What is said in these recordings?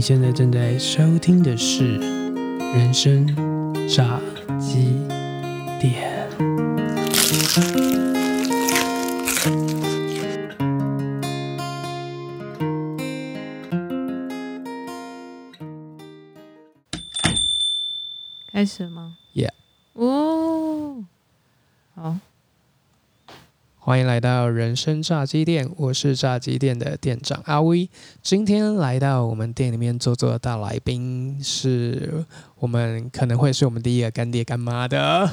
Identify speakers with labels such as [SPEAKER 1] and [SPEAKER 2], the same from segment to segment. [SPEAKER 1] 现在正在收听的是《人生炸鸡店》。
[SPEAKER 2] 开始了吗
[SPEAKER 1] Yeah
[SPEAKER 2] 哦，好，
[SPEAKER 1] 欢迎来到人生炸鸡店，我是炸鸡店的店长阿威。今天来到我们店里面坐坐的大来宾是我们可能会是我们第一个干爹干妈的，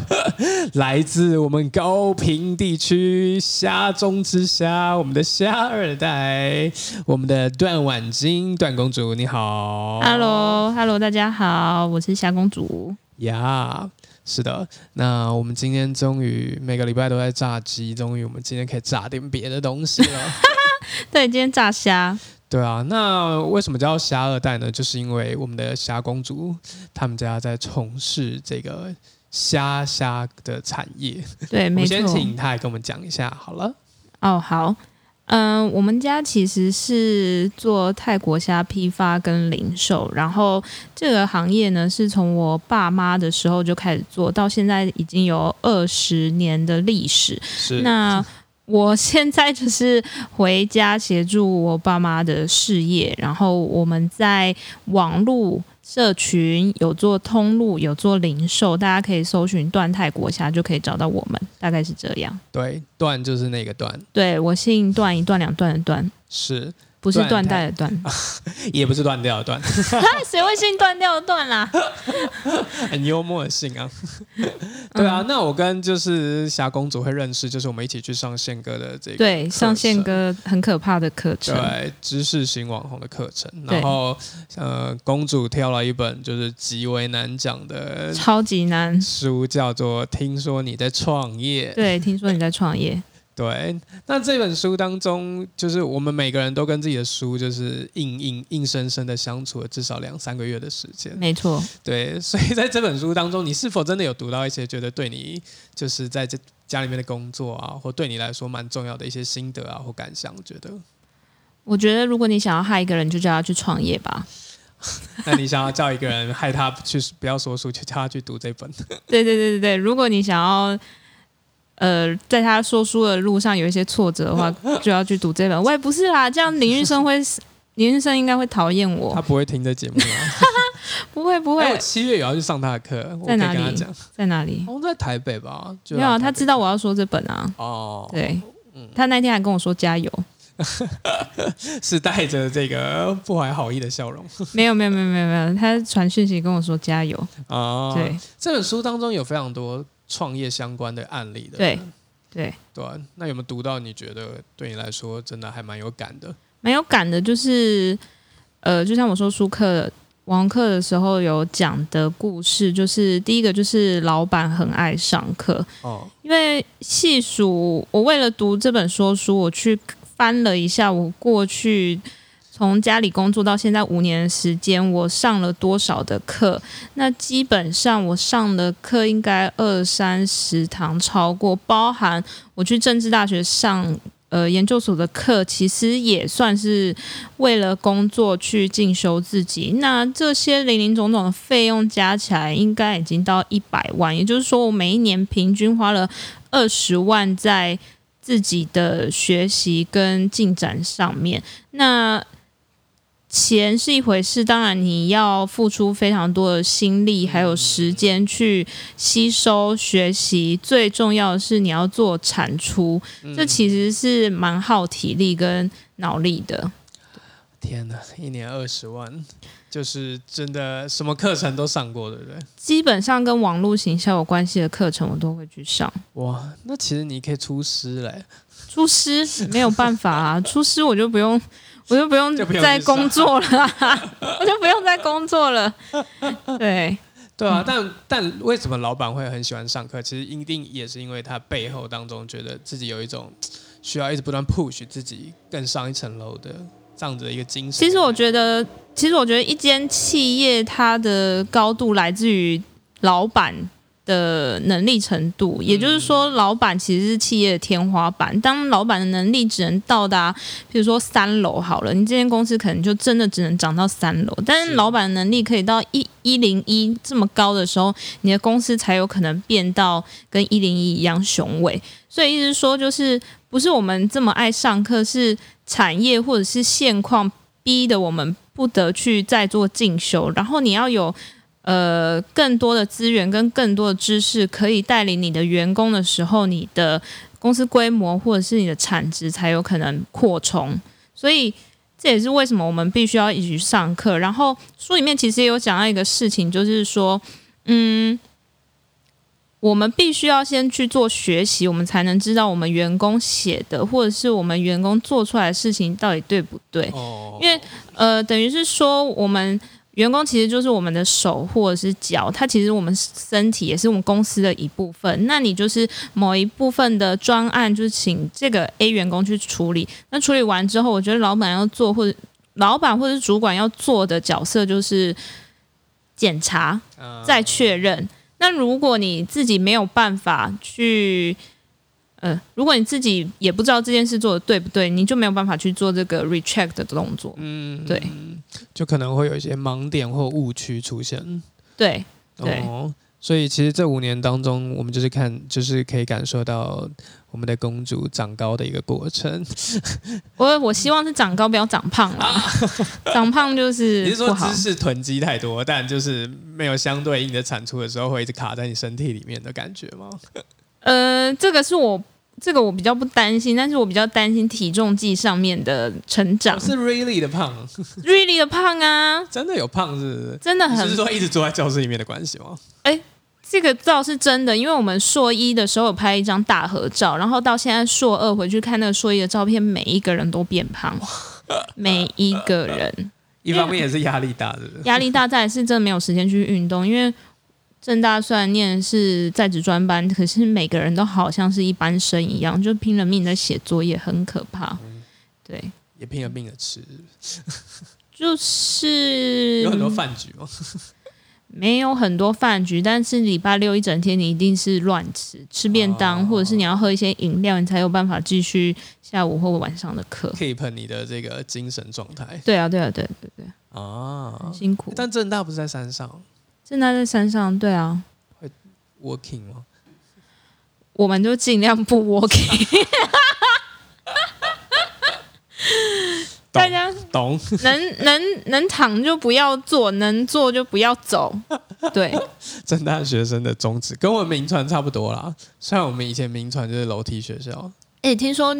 [SPEAKER 1] 来自我们高平地区虾中之虾，我们的虾二代，我们的段婉晶段公主，你好
[SPEAKER 2] Hello，Hello，大家好，我是霞公主。
[SPEAKER 1] 呀是的，那我们今天终于每个礼拜都在炸鸡，终于我们今天可以炸点别的东西了。
[SPEAKER 2] 对，今天炸虾，
[SPEAKER 1] 对啊，那为什么叫霞二代呢？就是因为我们的霞公主他们家在从事这个虾虾的产业。
[SPEAKER 2] 对，
[SPEAKER 1] 我
[SPEAKER 2] 没
[SPEAKER 1] 们
[SPEAKER 2] 错
[SPEAKER 1] 先。请她来跟我们讲一下好了。
[SPEAKER 2] 哦，好，嗯、我们家其实是做泰国虾批发跟零售，然后这个行业呢是从我爸妈的时候就开始做到现在，已经有二十年的历史。
[SPEAKER 1] 是
[SPEAKER 2] 那我现在就是回家协助我爸妈的事业，然后我们在网络社群有做通路，有做零售，大家可以搜寻“段泰国虾”就可以找到我们，大概是这样。
[SPEAKER 1] 对段就是那个段，
[SPEAKER 2] 对我姓段，一段两段的段，
[SPEAKER 1] 是
[SPEAKER 2] 不是
[SPEAKER 1] 段
[SPEAKER 2] 断
[SPEAKER 1] 泰
[SPEAKER 2] 代的断。
[SPEAKER 1] 也不是断掉的断，
[SPEAKER 2] 哎谁会姓断掉的断啊啦？
[SPEAKER 1] 很幽默的姓啊。 对
[SPEAKER 2] 嗯
[SPEAKER 1] 啊，那我跟就是霞公主会认识，就是我们一起去上宪哥的这个
[SPEAKER 2] 对，上线
[SPEAKER 1] 程
[SPEAKER 2] 哥很可怕的课程。
[SPEAKER 1] 对知识型网红的课程，
[SPEAKER 2] 对
[SPEAKER 1] 然后呃，公主挑了一本就是极为难讲的
[SPEAKER 2] 超级难，
[SPEAKER 1] 书，叫做《听说你在创业》。
[SPEAKER 2] 对，听说你在创业，
[SPEAKER 1] 对，那这本书当中，就是我们每个人都跟自己的书就是硬硬硬生生的相处了至少两三个月的时间。
[SPEAKER 2] 没错，
[SPEAKER 1] 对，所以在这本书当中，你是否真的有读到一些觉得对你就是在这家里面的工作啊，或对你来说蛮重要的一些心得啊或感想？觉得？
[SPEAKER 2] 我觉得如果你想要害一个人，就叫他去创业吧。
[SPEAKER 1] 那你想要叫一个人害他去不要说书，就叫他去读这本？
[SPEAKER 2] 对对对对对，如果你想要。呃，在他说书的路上有一些挫折的话，就要去读这本。喂，不是啦，这样林玉生会， 林玉生应该会讨厌
[SPEAKER 1] 他
[SPEAKER 2] 我。
[SPEAKER 1] 不会听这节目吗？
[SPEAKER 2] 不会 不
[SPEAKER 1] 哎我
[SPEAKER 2] 会，
[SPEAKER 1] 七月也要去上他的课，我可
[SPEAKER 2] 在
[SPEAKER 1] 以
[SPEAKER 2] 哪
[SPEAKER 1] 跟
[SPEAKER 2] 里
[SPEAKER 1] 他讲，
[SPEAKER 2] 在哪里？
[SPEAKER 1] 好像哦在台北吧？就
[SPEAKER 2] 没有啊，
[SPEAKER 1] 在台
[SPEAKER 2] 他
[SPEAKER 1] 北
[SPEAKER 2] 知道我要说这本啊。
[SPEAKER 1] 哦，
[SPEAKER 2] 对，他那天还跟我说加油。
[SPEAKER 1] 是带着这个不怀好意的笑容
[SPEAKER 2] 没有没有没有没有没有，他传讯息跟我说加油。
[SPEAKER 1] 哦。
[SPEAKER 2] 对，
[SPEAKER 1] 这本书当中有非常多创业相关的案例的，
[SPEAKER 2] 对对，
[SPEAKER 1] 对啊、那有没有读到你觉得对你来说真的还蛮有感的？
[SPEAKER 2] 蛮有感的，就是呃，就像我说书课、网红课的时候有讲的故事，就是第一个就是老板很爱上课，
[SPEAKER 1] 哦，
[SPEAKER 2] 因为细数我为了读这本说书，我去翻了一下我过去。从家里工作到现在五年的时间，我上了多少的课？那基本上我上的课应该二三十堂超过，包含我去政治大学上呃研究所的课，其实也算是为了工作去进修自己。那这些零零总总的费用加起来，应该已经到一百万，也就是说，我每一年平均花了二十万在自己的学习跟进展上面。那钱是一回事，当然你要付出非常多的心力，还有时间去吸收学习。最重要的是你要做产出，
[SPEAKER 1] 嗯
[SPEAKER 2] 这其实是蛮耗体力跟脑力的。
[SPEAKER 1] 天哪，一年二十万，就是真的什么课程都上过，对不对？
[SPEAKER 2] 基本上跟网络行销有关系的课程，我都会去上。
[SPEAKER 1] 哇，那其实你可以出师嘞，
[SPEAKER 2] 出师没有办法啊，出师我就不用，我就不用
[SPEAKER 1] 就不用
[SPEAKER 2] 再
[SPEAKER 1] 去上
[SPEAKER 2] 工作了 啊、我就不用再工作了。对，
[SPEAKER 1] 对
[SPEAKER 2] 嗯
[SPEAKER 1] 啊，但但为什么老板会很喜欢上课？其实一定也是因为他背后当中觉得自己有一种嘖需要一直不断 push 自己更上一层楼的这样子的一个精神。
[SPEAKER 2] 其实我觉得，其实我觉得一间企业它的高度来自于老板。的能力程度，也就是说，老板其实是企业的天花板。当老板的能力只能到达，比如说三楼好了，你这间公司可能就真的只能涨到三楼。但是
[SPEAKER 1] 是
[SPEAKER 2] 老板的能力可以到一一零一这么高的时候，你的公司才有可能变到跟一零一一样雄伟。所以意思是说，就是不是我们这么爱上课，是产业或者是现况逼得我们不得去再做进修，然后你要有呃更多的资源跟更多的知识，可以带领你的员工的时候，你的公司规模或者是你的产值才有可能扩充。所以这也是为什么我们必须要一起去上课。然后书里面其实也有讲到一个事情，就是说，嗯。我们必须要先去做学习，我们才能知道我们员工写的或者是我们员工做出来的事情到底对不对。
[SPEAKER 1] 哦
[SPEAKER 2] 因为呃，等于是说我们员工其实就是我们的手或者是脚，它其实我们身体也是我们公司的一部分。那你就是某一部分的专案，就是请这个 A 员工去处理。那处理完之后，我觉得老板要做或者老板或者是主管要做的角色就是检查，
[SPEAKER 1] 嗯
[SPEAKER 2] 再确认。那如果你自己没有办法去，呃，如果你自己也不知道这件事做的对不对，你就没有办法去做这个 recheck 的动作。
[SPEAKER 1] 嗯
[SPEAKER 2] 对，
[SPEAKER 1] 就可能会有一些盲点或误区出现。
[SPEAKER 2] 对，对
[SPEAKER 1] 哦，所以其实这五年当中，我们就是看，就是可以感受到我们的公主长高的一个过程。
[SPEAKER 2] 我我希望是长高，不要长胖啦。 长胖就
[SPEAKER 1] 啊 你
[SPEAKER 2] 是
[SPEAKER 1] 是
[SPEAKER 2] 不
[SPEAKER 1] 说
[SPEAKER 2] 好
[SPEAKER 1] 知。识囤积太多，但就是没有相对应的产出的时候，会一直卡在你身体里面的感觉吗？
[SPEAKER 2] 呃，这个是我这个我比较不担心，但是我比较担心体重计上面的成长
[SPEAKER 1] 我。哦是 really 的胖，
[SPEAKER 2] really 的胖啊，
[SPEAKER 1] 真的有胖是不是？
[SPEAKER 2] 真的
[SPEAKER 1] 你
[SPEAKER 2] 很
[SPEAKER 1] 是说一直坐在教室里面的关系吗？
[SPEAKER 2] 这个照是真的，因为我们硕一的时候有拍一张大合照，然后到现在硕二回去看那个硕一的照片，每一个人都变 胖，每一个人
[SPEAKER 1] 一方面也是压力大，是不 是？
[SPEAKER 2] 压力大，在是真的没有时间去运动，因为正大虽然念的是在职专班，可是每个人都好像是一般生一样，就拼了命的写作业，很可怕。对，
[SPEAKER 1] 也拼了命的吃，
[SPEAKER 2] 嗯就是
[SPEAKER 1] 有很多饭局吗？
[SPEAKER 2] 没有很多饭局，但是礼拜六一整天你一定是乱吃，吃便当，
[SPEAKER 1] 哦
[SPEAKER 2] 或者是你要喝一些饮料，你才有办法继续下午或晚上的课。
[SPEAKER 1] keep 你的这个精神状态
[SPEAKER 2] 对啊，对啊，对对对，
[SPEAKER 1] 啊
[SPEAKER 2] 很。辛苦。
[SPEAKER 1] 但正大不是在山上
[SPEAKER 2] 嗯正在在山上，对啊，
[SPEAKER 1] working 吗？
[SPEAKER 2] 我们就尽量不 working。大家
[SPEAKER 1] 懂
[SPEAKER 2] 能能能躺就不要坐，能坐就不要 走。对，
[SPEAKER 1] 正大学生的宗旨跟我们名传差不多啦。虽然我们以前名传就是楼梯学校，
[SPEAKER 2] 哎，听说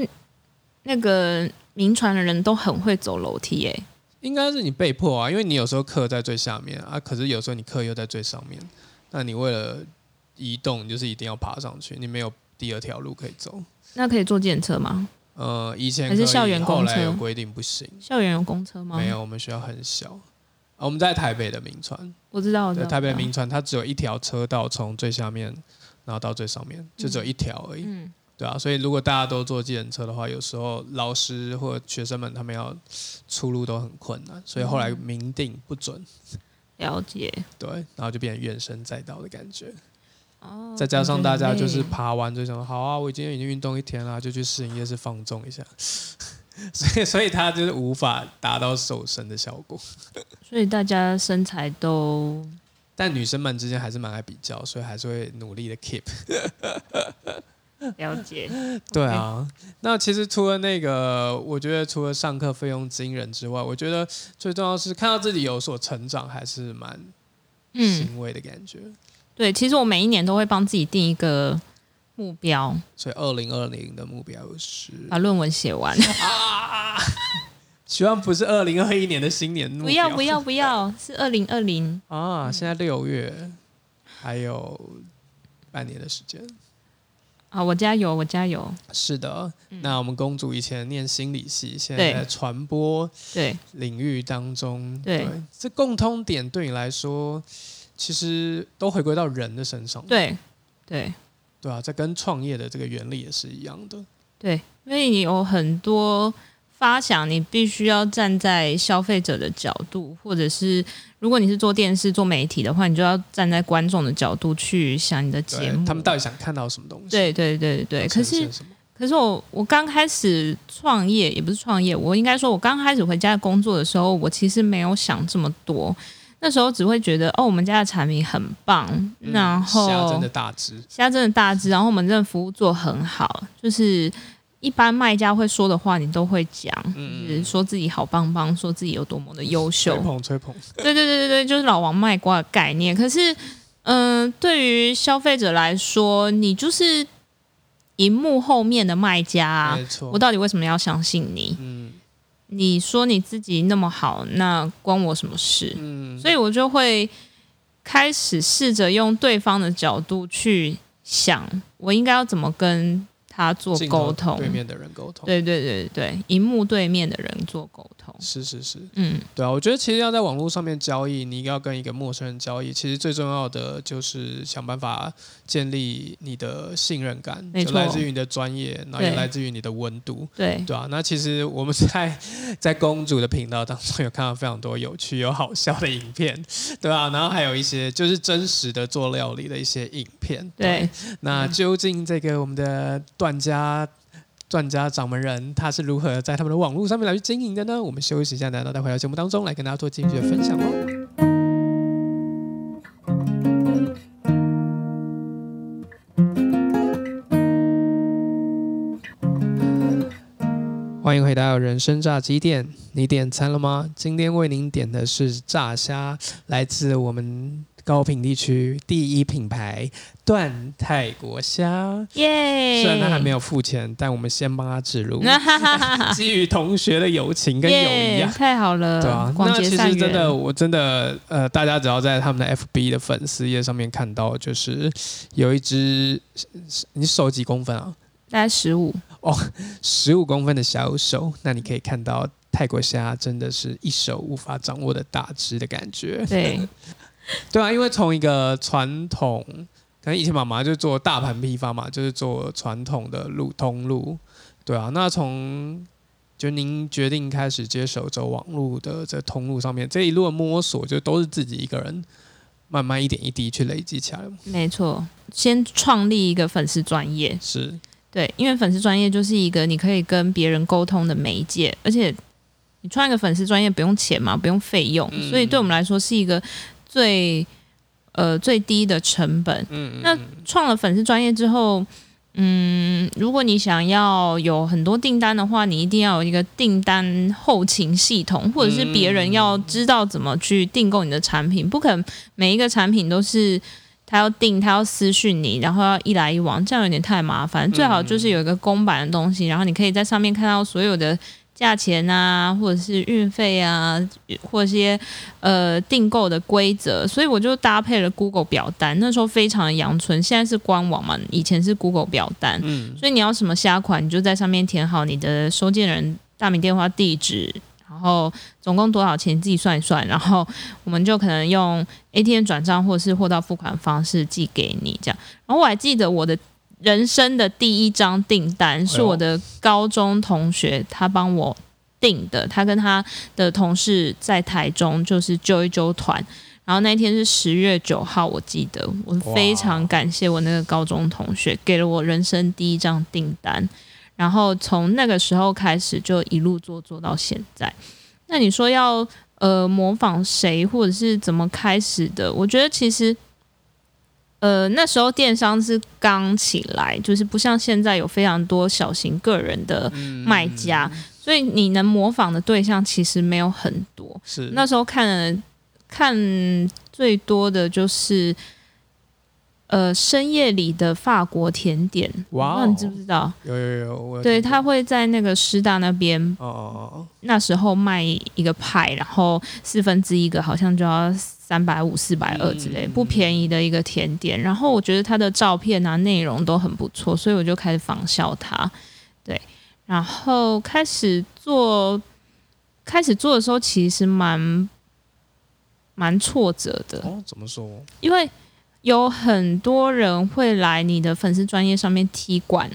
[SPEAKER 2] 那个民传的人都很会走楼梯、哎，
[SPEAKER 1] 应该是你被迫啊，因为你有时候课在最下面啊，可是有时候你课又在最上面，那你为了移动，你就是一定要爬上去，你没有第二条路可以走。
[SPEAKER 2] 那可以坐检测吗？
[SPEAKER 1] 呃，以前
[SPEAKER 2] 还是
[SPEAKER 1] 可以
[SPEAKER 2] 校园公
[SPEAKER 1] 后来有
[SPEAKER 2] 车哦
[SPEAKER 1] 规定不行，
[SPEAKER 2] 校园有公车吗？
[SPEAKER 1] 没有，我们学校很小。啊，我们在台北的名传，
[SPEAKER 2] 我知道，我知
[SPEAKER 1] 对，
[SPEAKER 2] 道。
[SPEAKER 1] 台北的
[SPEAKER 2] 我知道
[SPEAKER 1] 名传，它只有一条车道，从最下面然后到最上面，就只有一条而已。
[SPEAKER 2] 嗯，
[SPEAKER 1] 对啊，所以如果大家都坐计程车的话，有时候老师或学生们他们要出路都很困难，所以后来
[SPEAKER 2] 嗯
[SPEAKER 1] 明定不准，
[SPEAKER 2] 了解。
[SPEAKER 1] 对，然后就变成怨声载道的感觉。
[SPEAKER 2] 哦，
[SPEAKER 1] 再加上大家就是
[SPEAKER 2] 感觉很累
[SPEAKER 1] 爬完就想说，好啊，我今天已经运动一天啦，就去试营业室放纵一下， 所以 所以他就是无法达到瘦身的效果。
[SPEAKER 2] 所以大家身材都
[SPEAKER 1] 但女生们之间还是蛮爱比较，所以还是会努力的 keep。
[SPEAKER 2] 了解。
[SPEAKER 1] 对啊，那其实除了那个，我觉得除了上课费用惊人之外，我觉得最重要是看到自己有所成长，还是蛮
[SPEAKER 2] 嗯，
[SPEAKER 1] 欣慰的感觉。
[SPEAKER 2] 对，其实我每一年都会帮自己定一个目标，
[SPEAKER 1] 所以二零二零的目标是
[SPEAKER 2] 把论文 写完。
[SPEAKER 1] 啊，希望不是二零二一年的新年目
[SPEAKER 2] 不
[SPEAKER 1] 标
[SPEAKER 2] 要不要不要，是二零二零。
[SPEAKER 1] 啊！现在六月还有半年的时间。
[SPEAKER 2] 啊，我加油，我加油！
[SPEAKER 1] 是的，
[SPEAKER 2] 嗯
[SPEAKER 1] 那我们公主以前念心理系，现
[SPEAKER 2] 对
[SPEAKER 1] 在在传播
[SPEAKER 2] 对，
[SPEAKER 1] 领域当中，
[SPEAKER 2] 对
[SPEAKER 1] 这共通点对你来说，其实都回归到人的身上，
[SPEAKER 2] 对，对，
[SPEAKER 1] 对啊，这跟创业的这个原理也是一样的，
[SPEAKER 2] 对，因为你有很多发想，你必须要站在消费者的角度，或者是如果你是做电视、做媒体的话，你就要站在观众的角度去想你的节目。
[SPEAKER 1] 他们到底想看到什么东西？
[SPEAKER 2] 对对对对对，可
[SPEAKER 1] 呈
[SPEAKER 2] 是
[SPEAKER 1] 现什么
[SPEAKER 2] 可是我我刚开始创业，也不是创业，我应该说，我刚开始回家工作的时候，我其实没有想这么多。那时候只会觉得哦，我们家的产品很棒，
[SPEAKER 1] 嗯
[SPEAKER 2] 然后
[SPEAKER 1] 虾真的大只，
[SPEAKER 2] 现在真的大致，然后我们真的服务做很好，就是一般卖家会说的话，你都会讲，
[SPEAKER 1] 嗯
[SPEAKER 2] 就是说自己好棒棒，说自己有多么的优秀
[SPEAKER 1] 吹，捧吹捧，
[SPEAKER 2] 对对对对对，就是老王卖瓜的概念。可是，嗯、对于消费者来说，你就是荧幕后面的卖家啊、
[SPEAKER 1] 没错
[SPEAKER 2] 我，到底为什么要相信你？
[SPEAKER 1] 嗯
[SPEAKER 2] 你说你自己那么好，那关我什么事？
[SPEAKER 1] 嗯，
[SPEAKER 2] 所以我就会开始试着用对方的角度去想，我应该要怎么跟他做
[SPEAKER 1] 镜头
[SPEAKER 2] 沟通。
[SPEAKER 1] 对面的人沟通，
[SPEAKER 2] 对对对对，荧幕对面的人做沟通。
[SPEAKER 1] 是是是，
[SPEAKER 2] 嗯，
[SPEAKER 1] 对啊，我觉得其实要在网络上面交易，你要跟一个陌生人交易，其实最重要的就是想办法建立你的信任感，
[SPEAKER 2] 没
[SPEAKER 1] 就来
[SPEAKER 2] 错
[SPEAKER 1] 自于你的专业，然后也
[SPEAKER 2] 对
[SPEAKER 1] 来自于你的温度。
[SPEAKER 2] 对
[SPEAKER 1] 对啊，那其实我们在在公主的频道当中有看到非常多有趣有好笑的影片，对啊，然后还有一些就是真实的做料理的一些影片。啊
[SPEAKER 2] 对，
[SPEAKER 1] 那究竟这个我们的段家段家掌门人他是如何在他们的网络上面来去经营的呢？我们休息一下，然后再回到节目当中来跟大家做进一步的分享哦。欢迎回到人生炸鸡店，你点餐了吗？今天为您点的是炸虾，来自我们高平地区第一品牌段泰国虾。虽
[SPEAKER 2] 耶！
[SPEAKER 1] 然他还没 有付钱，但我们先帮他指路，
[SPEAKER 2] 那哈哈哈哈，
[SPEAKER 1] 基于同学的友情跟友谊
[SPEAKER 2] 啊耶，
[SPEAKER 1] 啊。
[SPEAKER 2] 太好了，
[SPEAKER 1] 对啊，
[SPEAKER 2] 广
[SPEAKER 1] 那
[SPEAKER 2] 结
[SPEAKER 1] 其
[SPEAKER 2] 善
[SPEAKER 1] 实
[SPEAKER 2] 缘。
[SPEAKER 1] 真的，我真的，呃，大家只要在他们的 FB 的粉丝页上面看到，就是有一只，你手几公分啊？
[SPEAKER 2] 大概十五，
[SPEAKER 1] 十五公分的小手，那你可以看到泰国虾真的是一手无法掌握的大只的感觉。
[SPEAKER 2] 对
[SPEAKER 1] 对啊，因为从一个传统，可能以前妈妈就做大盘批发嘛，就是做传统的路通路，对啊。那从就您决定开始接手走网路的这通路上面，这一路的摸索，就都是自己一个人慢慢一点一滴去累积起来的嘛。
[SPEAKER 2] 没错。先创立一个粉丝专业，
[SPEAKER 1] 是，
[SPEAKER 2] 对，因为粉丝专业就是一个你可以跟别人沟通的媒介，而且你创一个粉丝专业不用钱嘛，不用费用，
[SPEAKER 1] 嗯
[SPEAKER 2] 所以对我们来说是一个最呃最低的成本。
[SPEAKER 1] 嗯
[SPEAKER 2] 那
[SPEAKER 1] 嗯
[SPEAKER 2] 创了粉丝专业之后，嗯，如果你想要有很多订单的话，你一定要有一个订单后勤系统，或者是别人要知道怎么去订购你的产品，不可能每一个产品都是。他要订，他要私讯你，然后要一来一往，这样有点太麻烦。最好就是有一个公版的东西，然后你可以在上面看到所有的价钱啊，或者是运费啊，或者一些呃订购的规则，所以我就搭配了 Google 表单。那时候非常的阳春，现在是官网嘛，以前是 Google 表单，
[SPEAKER 1] 嗯
[SPEAKER 2] 所以你要什么虾款，你就在上面填好你的收件人大名、电话、地址，然后总共多少钱自己算一算，然后我们就可能用 ATM 转账或是货到付款方式寄给你这样。然后我还记得我的。人生的第一张订单是我的高中同学，他帮我订的。他跟他的同事在台中就是揪一揪团，然后那天是十月九号，我记得我非常感谢我那个高中同学给了我人生第一张订单，然后从那个时候开始就一路做做到现在。那你说要呃模仿谁或者是怎么开始的？我觉得其实。呃，那时候电商是刚起来，就是不像现在有非常多小型个人的
[SPEAKER 1] 嗯
[SPEAKER 2] 卖家，所以你能模仿的对象其实没有很多。
[SPEAKER 1] 是
[SPEAKER 2] 那时候看了看最多的就是，呃，深夜里的法国甜点，
[SPEAKER 1] 哇哦
[SPEAKER 2] 那你知不知道？
[SPEAKER 1] 有有有，我有
[SPEAKER 2] 对
[SPEAKER 1] 听
[SPEAKER 2] 他
[SPEAKER 1] 过
[SPEAKER 2] 会在那个师大那边，
[SPEAKER 1] 哦哦
[SPEAKER 2] 那时候卖一个派，然后四分之一个好像就要三百五、四百二之类，
[SPEAKER 1] 嗯
[SPEAKER 2] 不便宜的一个甜点。然后我觉得它的照片啊、内容都很不错，所以我就开始仿效它。对，然后开始做，开始做的时候其实蛮蛮挫折的
[SPEAKER 1] 哦，哦，怎么说？
[SPEAKER 2] 因为有很多人会来你的粉丝专业上面踢馆，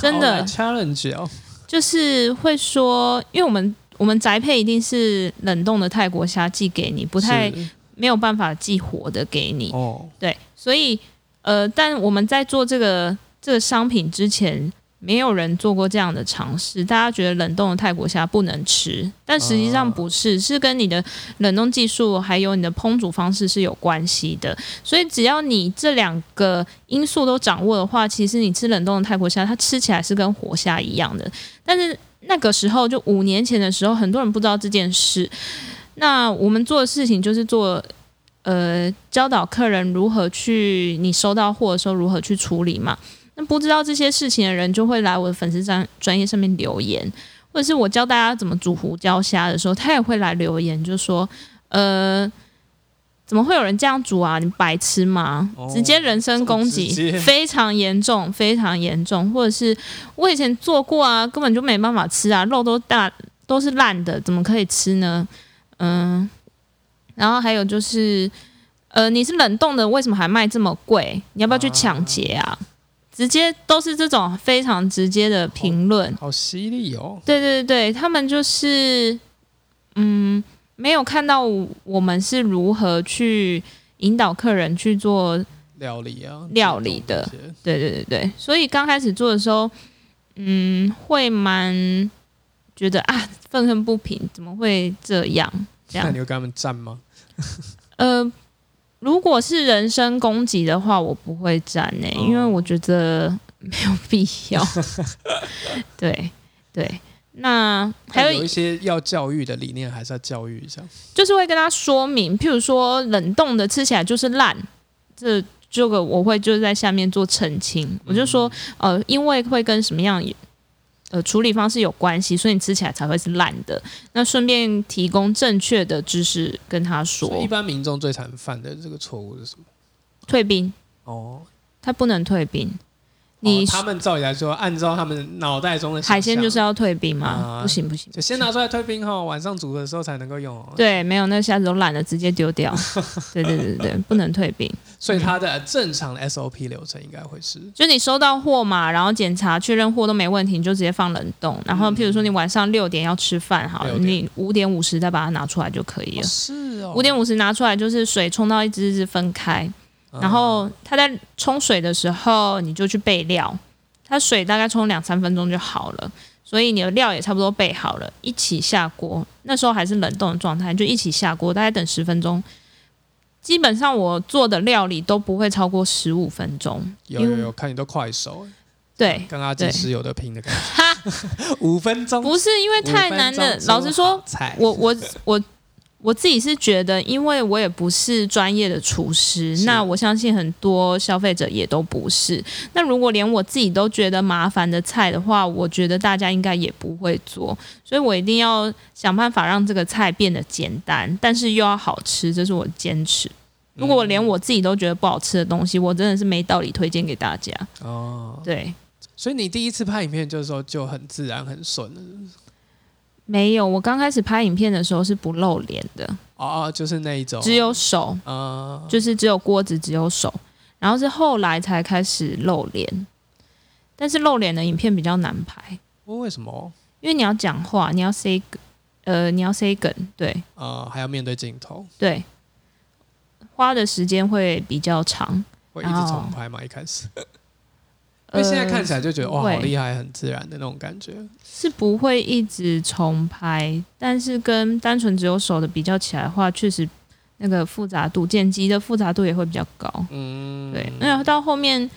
[SPEAKER 2] 真的
[SPEAKER 1] 好来 challenge 哦，
[SPEAKER 2] 就是会说，因为我们我们宅配一定是冷冻的泰国虾寄给你，不太
[SPEAKER 1] 是
[SPEAKER 2] 没有办法寄活的给你。
[SPEAKER 1] 哦，
[SPEAKER 2] 对，所以呃，但我们在做这个这个商品之前，没有人做过这样的尝试。大家觉得冷冻的泰国虾不能吃，但实际上不是，是跟你的冷冻技术还有你的烹煮方式是有关系的。所以只要你这两个因素都掌握的话，其实你吃冷冻的泰国虾，它吃起来是跟活虾一样的。但是那个时候，就五年前的时候，很多人不知道这件事。那我们做的事情就是做呃教导客人如何去你收到货的时候如何去处理嘛。那不知道这些事情的人就会来我的粉丝专专业上面留言，或者是我教大家怎么煮胡椒虾的时候，他也会来留言，就说呃。怎么会有人这样煮啊？你白痴吗？
[SPEAKER 1] 哦
[SPEAKER 2] 直接人身攻
[SPEAKER 1] 这么
[SPEAKER 2] 击
[SPEAKER 1] 直接，
[SPEAKER 2] 非常严重，非常严重。或者是我以前做过啊，根本就没办法吃啊，肉都大都是烂的，怎么可以吃呢？嗯，然后还有就是，呃，你是冷冻的，为什么还卖这么贵？你要不要去抢劫啊？直接都是这种非常直接的评论。
[SPEAKER 1] 好犀利哦，
[SPEAKER 2] 对对对，他们就是嗯，没有看到我们是如何去引导客人去做
[SPEAKER 1] 料理啊，
[SPEAKER 2] 料理的
[SPEAKER 1] 这些
[SPEAKER 2] 对对对对，所以刚开始做的时候，嗯，会蛮觉得啊，愤恨不平，怎么会这样？这
[SPEAKER 1] 那
[SPEAKER 2] 样
[SPEAKER 1] 你，有跟他们站吗？
[SPEAKER 2] 呃，如果是人身攻击的话，我不会站呢、
[SPEAKER 1] 哦
[SPEAKER 2] 因为我觉得没有必要。 对对，那还
[SPEAKER 1] 但
[SPEAKER 2] 有
[SPEAKER 1] 有一些要教育的理念，还是要教育一下。
[SPEAKER 2] 就是会跟他说明，譬如说冷冻的吃起来就是烂，这这个我会就是在下面做澄
[SPEAKER 1] 嗯
[SPEAKER 2] 清，我就说呃，因为会跟什么样呃处理方式有关系，所以你吃起来才会是烂的。那顺便提供正确的知识跟他说
[SPEAKER 1] 所，以一般民众最常犯的这个错误是什么？
[SPEAKER 2] 退冰
[SPEAKER 1] 哦，
[SPEAKER 2] 他不能退冰，你
[SPEAKER 1] 哦、他们照理来说，按照他们脑袋中的想象
[SPEAKER 2] 海鲜就是要退冰嘛，
[SPEAKER 1] 啊
[SPEAKER 2] 不行不行，
[SPEAKER 1] 就先拿出来退冰后，晚上煮的时候才能够用、哦。
[SPEAKER 2] 对，没有那虾子都懒得直接丢 掉，对对对对，不能退冰。
[SPEAKER 1] 所以它的正常的 SOP 流程应该会是
[SPEAKER 2] 就你收到货嘛，然后检查确认货都没问题，你就直接放冷冻。然后，譬如说你晚上六点要吃饭，好了，
[SPEAKER 1] 嗯6点
[SPEAKER 2] 你五点五十再把它拿出来就可以了。
[SPEAKER 1] 是哦
[SPEAKER 2] 五点五十拿出来就是水冲到一只一只分开，
[SPEAKER 1] 嗯
[SPEAKER 2] 然后它在冲水的时候你就去备料，它水大概冲两三分钟就好了，所以你的料也差不多备好了，一起下锅。那时候还是冷冻的状态，就一起下锅，大概等十分钟。基本上我做的料理都不会超过十五分钟，
[SPEAKER 1] 有有有，看你都快手，
[SPEAKER 2] 对，
[SPEAKER 1] 跟阿基
[SPEAKER 2] 对
[SPEAKER 1] 师有的拼的感觉，
[SPEAKER 2] 哈，
[SPEAKER 1] 五分钟
[SPEAKER 2] 哦不是因为太难了。老实说，，
[SPEAKER 1] 菜
[SPEAKER 2] 我我我我自己是觉得，因为我也不是专业的厨师，
[SPEAKER 1] 是
[SPEAKER 2] 那我相信很多消费者也都不是。那如果连我自己都觉得麻烦的菜的话，我觉得大家应该也不会做，所以我一定要想办法让这个菜变得简单，但是又要好吃，这是我坚
[SPEAKER 1] 嗯
[SPEAKER 2] 持。如果我连我自己都觉得不好吃的东西，我真的是没道理推荐给大家。
[SPEAKER 1] 哦，
[SPEAKER 2] 对，
[SPEAKER 1] 所以你第一次拍影片就是说就很自然很顺了，
[SPEAKER 2] 没有，我刚开始拍影片的时候是不露脸的。
[SPEAKER 1] 哦哦，就是那一种
[SPEAKER 2] 只有手，
[SPEAKER 1] 啊，
[SPEAKER 2] 就是只有锅子，只有手。然后是后来才开始露脸，但是露脸的影片比较难拍，
[SPEAKER 1] 哦为什么
[SPEAKER 2] 因为你要讲话，你要 say，呃，你要 say 梗，对
[SPEAKER 1] 啊还要面对镜头，
[SPEAKER 2] 对，花的时间会比较长。
[SPEAKER 1] 会一直重拍嘛一开始，因
[SPEAKER 2] 呃
[SPEAKER 1] 为现在看起来就觉得哇
[SPEAKER 2] 会
[SPEAKER 1] 好厉害，很自然的那种感觉，
[SPEAKER 2] 是不会一直重拍，但是跟单纯只有手的比较起来的话，确实那个复杂度、剪辑的复杂度也会比较高。
[SPEAKER 1] 嗯，
[SPEAKER 2] 对，那到后面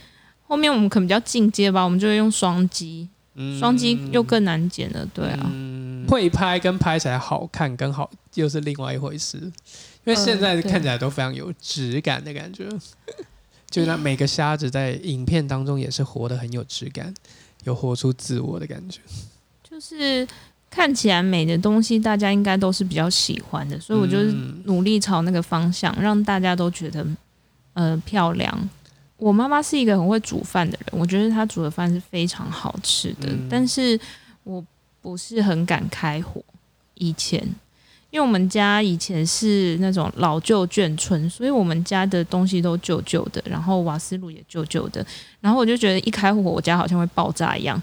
[SPEAKER 2] 后面我们可能比较进阶吧，我们就会用双击，
[SPEAKER 1] 嗯
[SPEAKER 2] 双击又更难剪了，对啊，
[SPEAKER 1] 嗯，会拍跟拍起来好看跟好又是另外一回事，因为现在
[SPEAKER 2] 嗯对
[SPEAKER 1] 看起来都非常有质感的感
[SPEAKER 2] 呃
[SPEAKER 1] 觉，就那每个虾子在影片当中也是活得很有质感，有活出自我的感觉。
[SPEAKER 2] 就是看起来美的东西，大家应该都是比较喜欢的，所以我就是
[SPEAKER 1] 嗯
[SPEAKER 2] 努力朝那个方向，让大家都觉得呃漂亮。我妈妈是一个很会煮饭的人，我觉得她煮的饭是非常好吃的，
[SPEAKER 1] 嗯
[SPEAKER 2] 但是我不是很敢开火。以前，因为我们家以前是那种老旧眷村，所以我们家的东西都旧旧的，然后瓦斯炉也旧旧的，然后我就觉得一开火，我家好像会爆炸一样。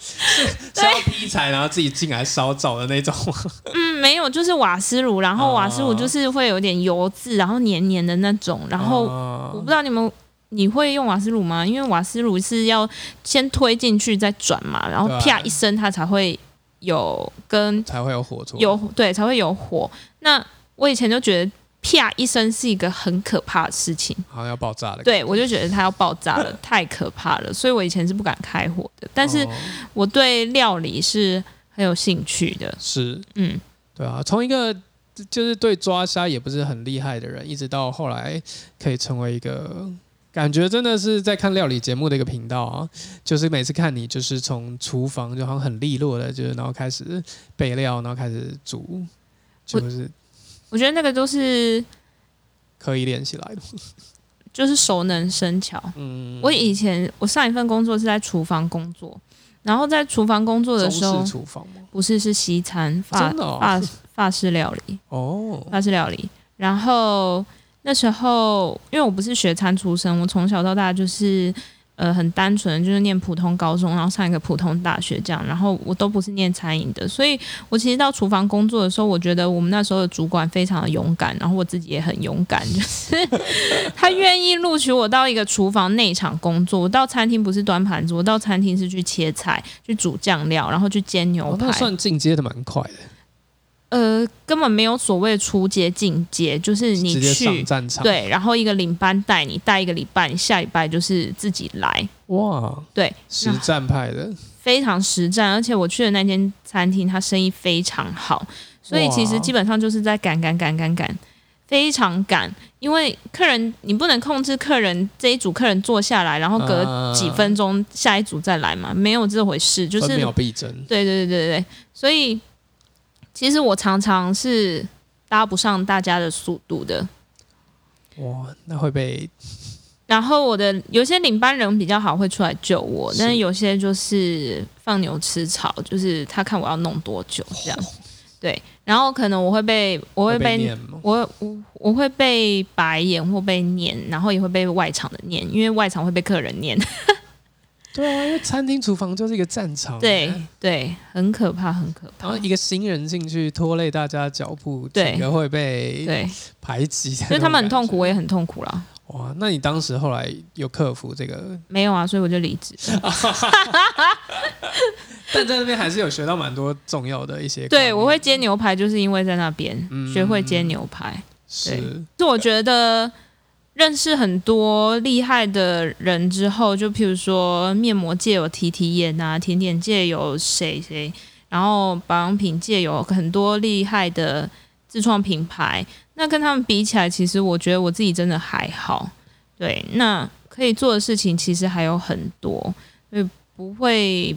[SPEAKER 1] 是要劈柴，然后自己进来烧灶的那种吗？
[SPEAKER 2] 嗯，没有，就是瓦斯炉，然后瓦斯
[SPEAKER 1] 哦
[SPEAKER 2] 炉就是会有点油渍，然后黏黏的那种。然后我不
[SPEAKER 1] 哦
[SPEAKER 2] 知道你们你会用瓦斯炉吗？因为瓦斯炉是要先推进去再转嘛，然后
[SPEAKER 1] 对啊
[SPEAKER 2] 啪一声它才会有跟
[SPEAKER 1] 才会有火出来。
[SPEAKER 2] 有对才会有火。那我以前就觉得啪一声是一个很可怕的事情，
[SPEAKER 1] 好像要爆炸的。，
[SPEAKER 2] 对我就觉得它要爆炸了，太可怕了，所以我以前是不敢开火的。但是
[SPEAKER 1] 哦
[SPEAKER 2] 我对料理是很有兴趣的，
[SPEAKER 1] 是，
[SPEAKER 2] 嗯，
[SPEAKER 1] 对啊，从一个就是对抓虾也不是很厉害的人，一直到后来可以成为一个。感觉真的是在看料理节目的一个频道啊，就是每次看你就是从厨房就好像很利落的，就是然后开始备料，然后开始煮，就是
[SPEAKER 2] 我觉得那个都是
[SPEAKER 1] 可以练习来的。
[SPEAKER 2] 就是熟能生巧。
[SPEAKER 1] 嗯，
[SPEAKER 2] 我以前我上一份工作是在厨房工作，然后在厨房工作的
[SPEAKER 1] 中
[SPEAKER 2] 时候
[SPEAKER 1] 式，厨房吗？
[SPEAKER 2] 不是是西餐法
[SPEAKER 1] 真的哦
[SPEAKER 2] 法法式料理，
[SPEAKER 1] 哦，
[SPEAKER 2] 法式料理。然后那时候因为我不是学餐出身，我从小到大就是。呃，很单纯，就是念普通高中，然后上一个普通大学这样，然后我都不是念餐饮的，所以我其实到厨房工作的时候，我觉得我们那时候的主管非常的勇敢，然后我自己也很勇敢，就是 他愿意录取我到一个厨房内场工作。我到餐厅不是端盘子，我到餐厅是去切菜、去煮酱料，然后去煎牛
[SPEAKER 1] 哦
[SPEAKER 2] 排。
[SPEAKER 1] 那算进阶的蛮快的，
[SPEAKER 2] 呃，根本没有所谓的初阶、进阶，就是你
[SPEAKER 1] 直接上
[SPEAKER 2] 去
[SPEAKER 1] 战场。，
[SPEAKER 2] 对，然后一个领班带你带一个礼拜，你下礼拜就是自己来，
[SPEAKER 1] 哇，
[SPEAKER 2] 对，
[SPEAKER 1] 实战派的，
[SPEAKER 2] 非常实战。而且我去的那间餐厅，它生意非常好，所以其实
[SPEAKER 1] 哇
[SPEAKER 2] 基本上就是在赶赶赶赶赶，非常赶，因为客人你不能控制客人这一组客人坐下来，然后隔
[SPEAKER 1] 啊
[SPEAKER 2] 几分钟下一组再来嘛，没有这回事，就是
[SPEAKER 1] 分秒必争。
[SPEAKER 2] 对对对对对，所以其实我常常是搭不上大家的速度的。
[SPEAKER 1] 哇，那会被
[SPEAKER 2] 然后我的有些领班人比较好，会出来救我，
[SPEAKER 1] 是
[SPEAKER 2] 但是有些就是放牛吃草，就是他看我要弄多久这样。对，然后可能我会被我会
[SPEAKER 1] 被
[SPEAKER 2] 被
[SPEAKER 1] 念吗？
[SPEAKER 2] 我我我会被白眼或被念，然后也会被外场的念，因为外场会被客人念。
[SPEAKER 1] 对啊，因为餐厅厨房就是一个战场。
[SPEAKER 2] 对。对，很可怕，很可怕
[SPEAKER 1] 然后。一个新人进去拖累大家脚步，
[SPEAKER 2] 对
[SPEAKER 1] 整个会被
[SPEAKER 2] 对，
[SPEAKER 1] 排挤，所
[SPEAKER 2] 所以他们很痛苦，。我也很痛苦啦。
[SPEAKER 1] 哇，那你当时后来有克服这个，
[SPEAKER 2] 没有啊，所以我就离职。
[SPEAKER 1] 但在那边还是有学到蛮多重要的一些观
[SPEAKER 2] 对，
[SPEAKER 1] 念。
[SPEAKER 2] 我会煎牛排，就是因为在那边、学会煎牛排。
[SPEAKER 1] 是
[SPEAKER 2] 就我觉得认识很多厉害的人之后，就譬如说面膜界有提提眼啊，甜点界有谁谁，然后保养品界有很多厉害的自创品牌。那跟他们比起来，其实我觉得我自己真的还好。对，那可以做的事情其实还有很多，所以不会，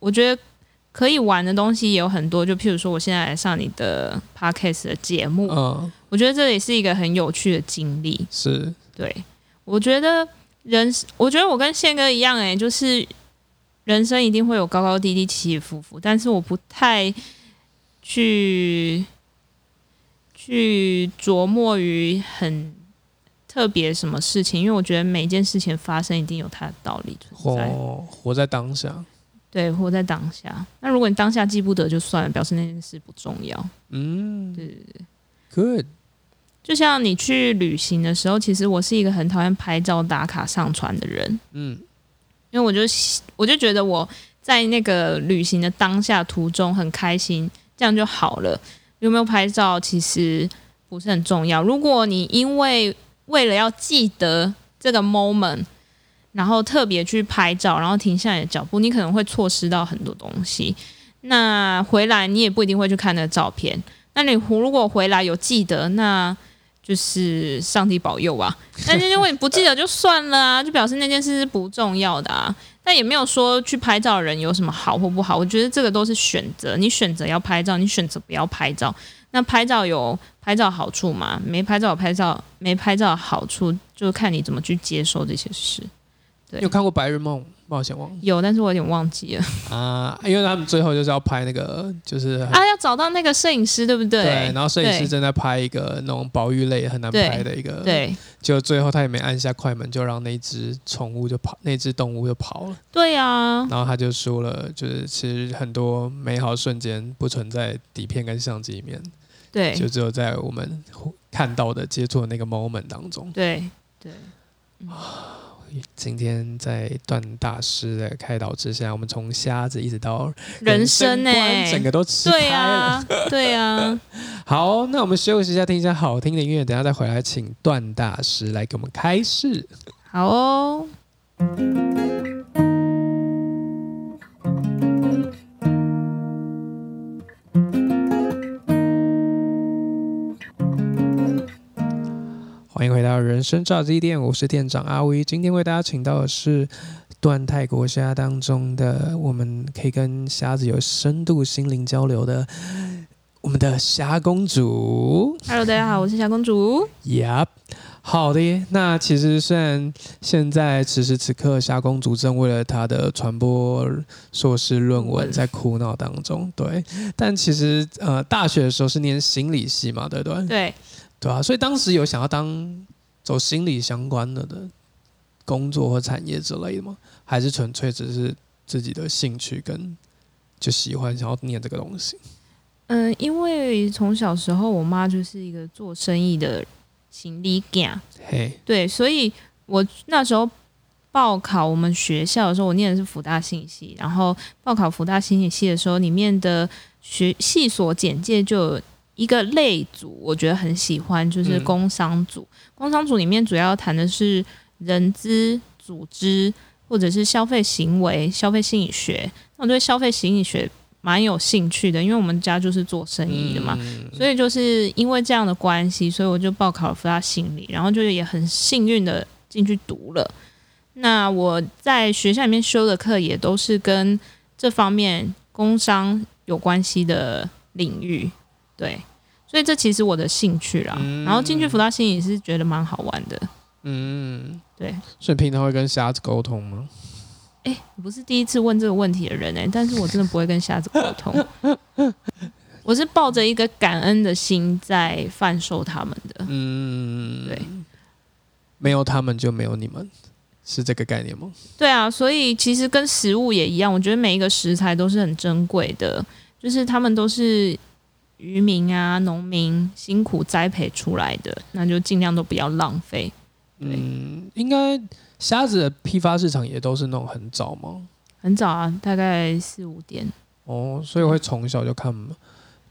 [SPEAKER 2] 我觉得。可以玩的东西也有很多，就譬如说，我现在来上你的 podcast 的节目，
[SPEAKER 1] 嗯
[SPEAKER 2] 我觉得这也是一个很有趣的经历。
[SPEAKER 1] 是
[SPEAKER 2] 对我觉得人，我觉得我跟宪哥一样、欸，就是人生一定会有高高低低、起起伏伏，但是我不太去去琢磨于很特别什么事情，因为我觉得每一件事情发生一定有它的道理存在。
[SPEAKER 1] 活活在当下。
[SPEAKER 2] 对，活在当下。那如果你当下记不得就算了，表示那件事不重要。
[SPEAKER 1] 嗯，
[SPEAKER 2] 对对对。
[SPEAKER 1] ，good，
[SPEAKER 2] 就像你去旅行的时候，其实我是一个很讨厌拍照打卡上传的人，
[SPEAKER 1] 嗯，
[SPEAKER 2] 因为我就喜我就觉得我在那个旅行的当下途中很开心，这样就好了。有没有拍照其实不是很重要。如果你因为为了要记得这个 moment，然后特别去拍照，然后停下你的脚步，你可能会错失到很多东西。那回来你也不一定会去看那个照片。那你如果回来有记得，那就是上帝保佑 啊。但是如果你不记得就算了啊，就表示那件事是不重要的啊。但也没有说去拍照的人有什么好或不好，我觉得这个都是选择，你选择要拍照，你选择不要拍照。那拍照有拍照好处嘛？没拍照有拍照没拍照的好处，就看你怎么去接受这些事。
[SPEAKER 1] 你
[SPEAKER 2] 对
[SPEAKER 1] 有看过《白日梦冒险王
[SPEAKER 2] 有，但是我有点忘 记了》
[SPEAKER 1] 啊？因为他们最后就是要拍那个，就是很
[SPEAKER 2] 啊，要找到那个摄影师，对不对？
[SPEAKER 1] 然后摄影师
[SPEAKER 2] 对
[SPEAKER 1] 正在拍一个那种保育类很难
[SPEAKER 2] 对
[SPEAKER 1] 拍的一个，，
[SPEAKER 2] 对
[SPEAKER 1] 就最后他也没按下快门，就让那只宠物就跑，那只动物就跑了，
[SPEAKER 2] 对啊，
[SPEAKER 1] 然后他就说了，就是其实很多美好瞬间不存在底片跟相机里面，
[SPEAKER 2] 对
[SPEAKER 1] 就只有在我们看到的接触的那个 moment 当中。
[SPEAKER 2] 对对，
[SPEAKER 1] 今天在段大师的开导之下，我们从虾子一直到
[SPEAKER 2] 人
[SPEAKER 1] 生
[SPEAKER 2] 生呢、
[SPEAKER 1] 观整个都吃
[SPEAKER 2] 对
[SPEAKER 1] 开了。
[SPEAKER 2] 啊，对啊，
[SPEAKER 1] 好，那我们休息一下，听一下好听的音乐，等一下再回来，请段大师来给我们开示。
[SPEAKER 2] 好哦。
[SPEAKER 1] 欢迎回到人生炸鸡店，我是店长阿威。今天为大家请到的是段泰国虾当中的，我们可以跟虾子有深度心灵交流的，我们的虾公主。
[SPEAKER 2] Hello，大家好，我是小公主。
[SPEAKER 1] Yep，好的。那其实虽然现在此时此刻，夏公主正为了她的传播硕士论文在苦恼当中，对。但其实呃，大学的时候是念心理系嘛，对不对？
[SPEAKER 2] 对，
[SPEAKER 1] 对啊，所以当时有想要当走心理相关的的工作或产业之类的吗？还是纯粹只是自己的兴趣跟就喜欢想要念这个东西？
[SPEAKER 2] 嗯，因为从小时候我妈就是一个做生意的行李架，
[SPEAKER 1] 嘿，
[SPEAKER 2] 对，所以我那时候报考我们学校的时候，我念的是福大信息，然后报考福大信息系的时候，里面的学系所简介就有一个类组，我觉得很喜欢，就是
[SPEAKER 1] 嗯
[SPEAKER 2] 工商组。工商组里面主要谈的是人资、组织或者是消费行为、消费心理学。那我对消费心理学蛮有兴趣的，因为我们家就是做生意的嘛，
[SPEAKER 1] 嗯
[SPEAKER 2] 所以就是因为这样的关系，所以我就报考了福大心理，然后就也很幸运的进去读了。那我在学校里面修的课也都是跟这方面工商有关系的领域，对，所以这其实我的兴趣啦。
[SPEAKER 1] 嗯
[SPEAKER 2] 然后进去福大心理是觉得蛮好玩的，
[SPEAKER 1] 嗯，
[SPEAKER 2] 对。
[SPEAKER 1] 所以平常会跟瞎子沟通吗？
[SPEAKER 2] 哎、你不是第一次问这个问题的人哎、但是我真的不会跟瞎子沟通，我是抱着一个感恩的心在贩售他们的。
[SPEAKER 1] 嗯，
[SPEAKER 2] 对，
[SPEAKER 1] 没有他们就没有你们，是这个概念吗？
[SPEAKER 2] 对啊，所以其实跟食物也一样，我觉得每一个食材都是很珍贵的，就是他们都是渔民啊、农民辛苦栽培出来的，那就尽量都不要浪费。对
[SPEAKER 1] 嗯，应该虾子的批发市场也都是那种很早吗？
[SPEAKER 2] 很早啊，大概四五点，
[SPEAKER 1] 哦，所以会从小就看，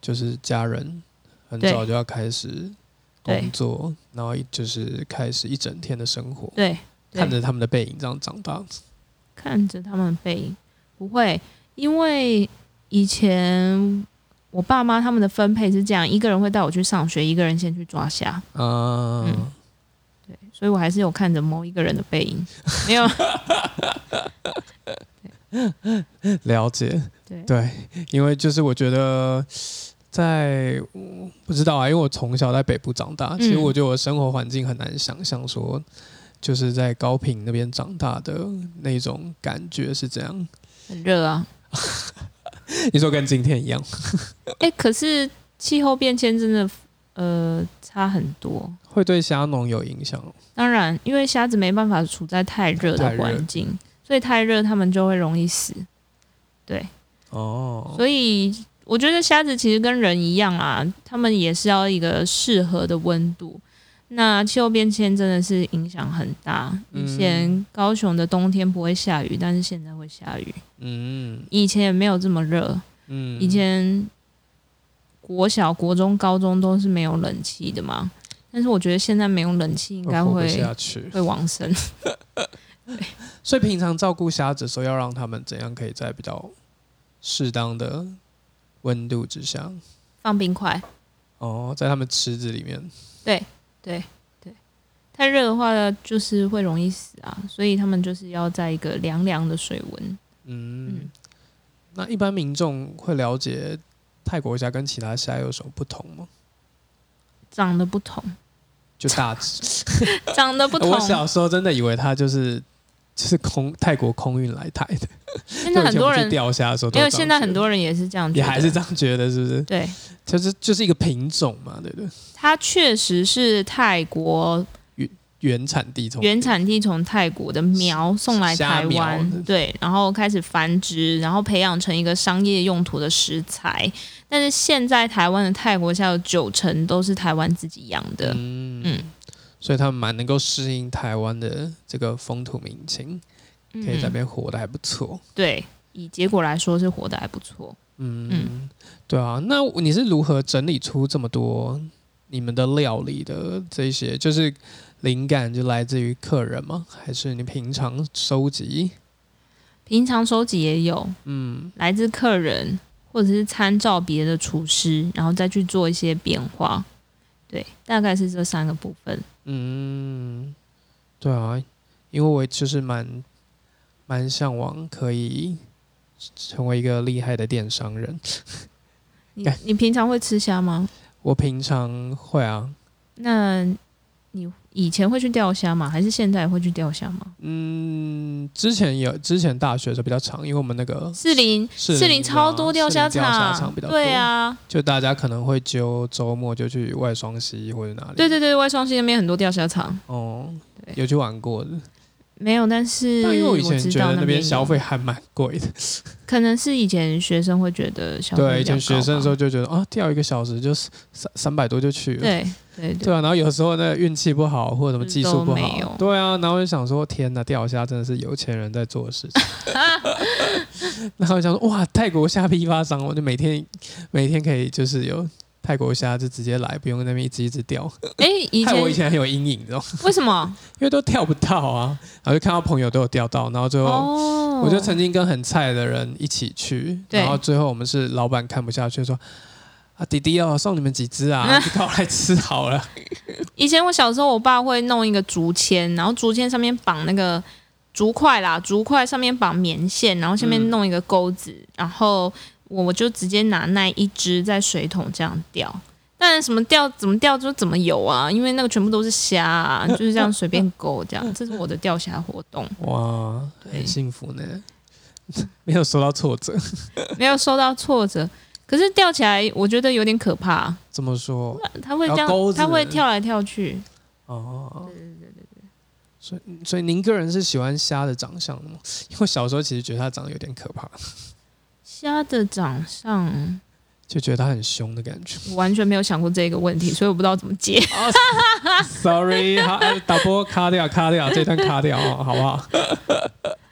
[SPEAKER 1] 就是家人很
[SPEAKER 2] 对
[SPEAKER 1] 早就要开始
[SPEAKER 2] 对
[SPEAKER 1] 工作，然后就是开始一整天的生活，
[SPEAKER 2] 对，对
[SPEAKER 1] 看着他们的背影这样长大。
[SPEAKER 2] 看着他们的背影，不会，因为以前我爸妈他们的分配是这样，一个人会带我去上学，一个人先去抓虾，
[SPEAKER 1] 啊、
[SPEAKER 2] 嗯对，所以我还是有看着某一个人的背影，没有，
[SPEAKER 1] 了解。
[SPEAKER 2] 对，
[SPEAKER 1] 对，因为就是我觉得在嗯不知道啊，因为我从小在北部长大，其实
[SPEAKER 2] 嗯
[SPEAKER 1] 我觉得我的生活环境很难想象说，就是在高平那边长大的那种感觉是怎样。
[SPEAKER 2] 很热啊。
[SPEAKER 1] 你说跟今天一样
[SPEAKER 2] 哎、可是气候变迁真的呃差很多。
[SPEAKER 1] 会对虾农有影响？
[SPEAKER 2] 当然，因为虾子没办法处在太热
[SPEAKER 1] 太
[SPEAKER 2] 的
[SPEAKER 1] 热
[SPEAKER 2] 环境，所以太热它们就会容易死。对，
[SPEAKER 1] 哦，
[SPEAKER 2] 所以我觉得虾子其实跟人一样啊，它们也是要一个适合的温度。那气候变迁真的是影响很大。
[SPEAKER 1] 嗯
[SPEAKER 2] 以前高雄的冬天不会下雨，但是现在会下雨。
[SPEAKER 1] 嗯
[SPEAKER 2] 以前也没有这么热，
[SPEAKER 1] 嗯，
[SPEAKER 2] 以前国小、国中、高中都是没有冷气的嘛，但是我觉得现在没有冷气应该
[SPEAKER 1] 活不
[SPEAKER 2] 会
[SPEAKER 1] 下去，
[SPEAKER 2] 会往生。
[SPEAKER 1] 所以平常照顾虾子的时候，要让他们怎样可以在比较适当的温度之下，
[SPEAKER 2] 放冰块，
[SPEAKER 1] 哦，在他们池子里面。
[SPEAKER 2] 太热的话就是会容易死啊，所以他们就是要在一个凉凉的水温。
[SPEAKER 1] 嗯
[SPEAKER 2] 嗯，
[SPEAKER 1] 那一般民众会了解泰国虾跟其他虾有什么不同吗？
[SPEAKER 2] 长得不同，
[SPEAKER 1] 就大致，
[SPEAKER 2] 长得不同
[SPEAKER 1] 哎我。小时候真的以为它就是就是空泰国空运来台的。
[SPEAKER 2] 现在很多人
[SPEAKER 1] 钓虾的时候都是
[SPEAKER 2] 没
[SPEAKER 1] 这样
[SPEAKER 2] 有，
[SPEAKER 1] 觉得，
[SPEAKER 2] 现在很多人也是这样觉
[SPEAKER 1] 也
[SPEAKER 2] 得，
[SPEAKER 1] 还是这样觉得，是不是？
[SPEAKER 2] 对，
[SPEAKER 1] 就是就是一个品种嘛，对不对？
[SPEAKER 2] 它确实是泰国
[SPEAKER 1] 原产地从
[SPEAKER 2] 原产地从泰国的苗送来台
[SPEAKER 1] 虾苗
[SPEAKER 2] 湾，对，然后开始繁殖，然后培养成一个商业用途的食材。但是现在台湾的泰国虾有九成都是台湾自己养的，
[SPEAKER 1] 嗯
[SPEAKER 2] 嗯
[SPEAKER 1] 所以他们蛮能够适应台湾的这个风土民情，可以在那
[SPEAKER 2] 嗯、
[SPEAKER 1] 边活得还不错。
[SPEAKER 2] 对，以结果来说是活得还不错。
[SPEAKER 1] 嗯，对啊。那你是如何整理出这么多你们的料理的这些？就是灵感就来自于客人吗？还是你平常收集？
[SPEAKER 2] 平常收集也有
[SPEAKER 1] 嗯，
[SPEAKER 2] 来自客人，或者是参照别的厨师，然后再去做一些变化。对，大概是这三个部分。
[SPEAKER 1] 嗯，对啊，因为我就是蛮蛮向往可以成为一个厉害的电商人。
[SPEAKER 2] 你
[SPEAKER 1] 感
[SPEAKER 2] 你平常会吃虾吗？
[SPEAKER 1] 我平常会啊，
[SPEAKER 2] 那你以前会去钓虾吗？还是现在会去钓虾吗？
[SPEAKER 1] 嗯，之前有之前大学的时候比较长，因为我们那个
[SPEAKER 2] 士林，
[SPEAKER 1] 士林啊
[SPEAKER 2] 士林超多钓虾
[SPEAKER 1] 士林钓虾场比较多
[SPEAKER 2] 对啊，
[SPEAKER 1] 就大家可能会揪周末就去外双溪或者哪里，
[SPEAKER 2] 对对对，外双溪那边很多钓虾场，
[SPEAKER 1] 哦，
[SPEAKER 2] 对
[SPEAKER 1] 有去玩过的。
[SPEAKER 2] 没有，但是
[SPEAKER 1] 但因为我以前
[SPEAKER 2] 知
[SPEAKER 1] 觉
[SPEAKER 2] 道
[SPEAKER 1] 得那边
[SPEAKER 2] 边
[SPEAKER 1] 消
[SPEAKER 2] 有，
[SPEAKER 1] 费还蛮贵的，
[SPEAKER 2] 可能是以前学生会觉得消费
[SPEAKER 1] 对，以
[SPEAKER 2] 比较
[SPEAKER 1] 前学
[SPEAKER 2] 高
[SPEAKER 1] 生的时候
[SPEAKER 2] 吧，
[SPEAKER 1] 就觉得啊，钓一个小时就三三百多就去了，
[SPEAKER 2] 对对对，
[SPEAKER 1] 对啊，然后有时候那运气不好或者什么
[SPEAKER 2] 就是
[SPEAKER 1] 技术
[SPEAKER 2] 嗯都
[SPEAKER 1] 不
[SPEAKER 2] 没有
[SPEAKER 1] 好，对啊，然后我就想说，天哪，钓虾真的是有钱人在做的事情。 然后我想说，哇，泰国虾批发商，我就每天每天可以就是有泰国虾就直接来，不用那边一只一只钓。
[SPEAKER 2] 哎、以
[SPEAKER 1] 害
[SPEAKER 2] 前
[SPEAKER 1] 我以前很有阴影，你知道吗？
[SPEAKER 2] 为什么？
[SPEAKER 1] 因为都钓不到啊，然后就看到朋友都有钓到，然后最后。
[SPEAKER 2] 哦，
[SPEAKER 1] 我就曾经跟很菜的人一起去，
[SPEAKER 2] 对
[SPEAKER 1] 然后最后我们是老板看不下去说：“啊，弟弟哦，送你们几只 啊，就靠来吃好了。”
[SPEAKER 2] 以前我小时候，我爸会弄一个竹签，然后竹签上面绑那个竹块啦，竹块上面绑棉线，然后下面
[SPEAKER 1] 嗯
[SPEAKER 2] 弄一个钩子，然后我我就直接拿那一只在水桶这样钓。但什么钓怎么钓就怎么有啊，因为那个全部都是虾啊，就是这样随便勾这样，这是我的钓虾活动，
[SPEAKER 1] 哇，
[SPEAKER 2] 对
[SPEAKER 1] 很幸福呢， 没有受到挫折。
[SPEAKER 2] 没有受到挫折。可是钓起来我觉得有点可怕，
[SPEAKER 1] 这么说
[SPEAKER 2] 它会这
[SPEAKER 1] 要钩
[SPEAKER 2] 样，
[SPEAKER 1] 子
[SPEAKER 2] 它会跳来跳去。
[SPEAKER 1] 哦，所以所以您个人是喜欢虾的长相的吗？ 因为我小时候其实觉得它长得有点可怕，
[SPEAKER 2] 虾的长相，
[SPEAKER 1] 就觉得它很凶的感 觉。
[SPEAKER 2] 我完全没有想过这个问题，所以我不知道怎么接。
[SPEAKER 1] 哦 Sorry，好，呃导播卡掉，卡掉这段卡掉哦，好不好？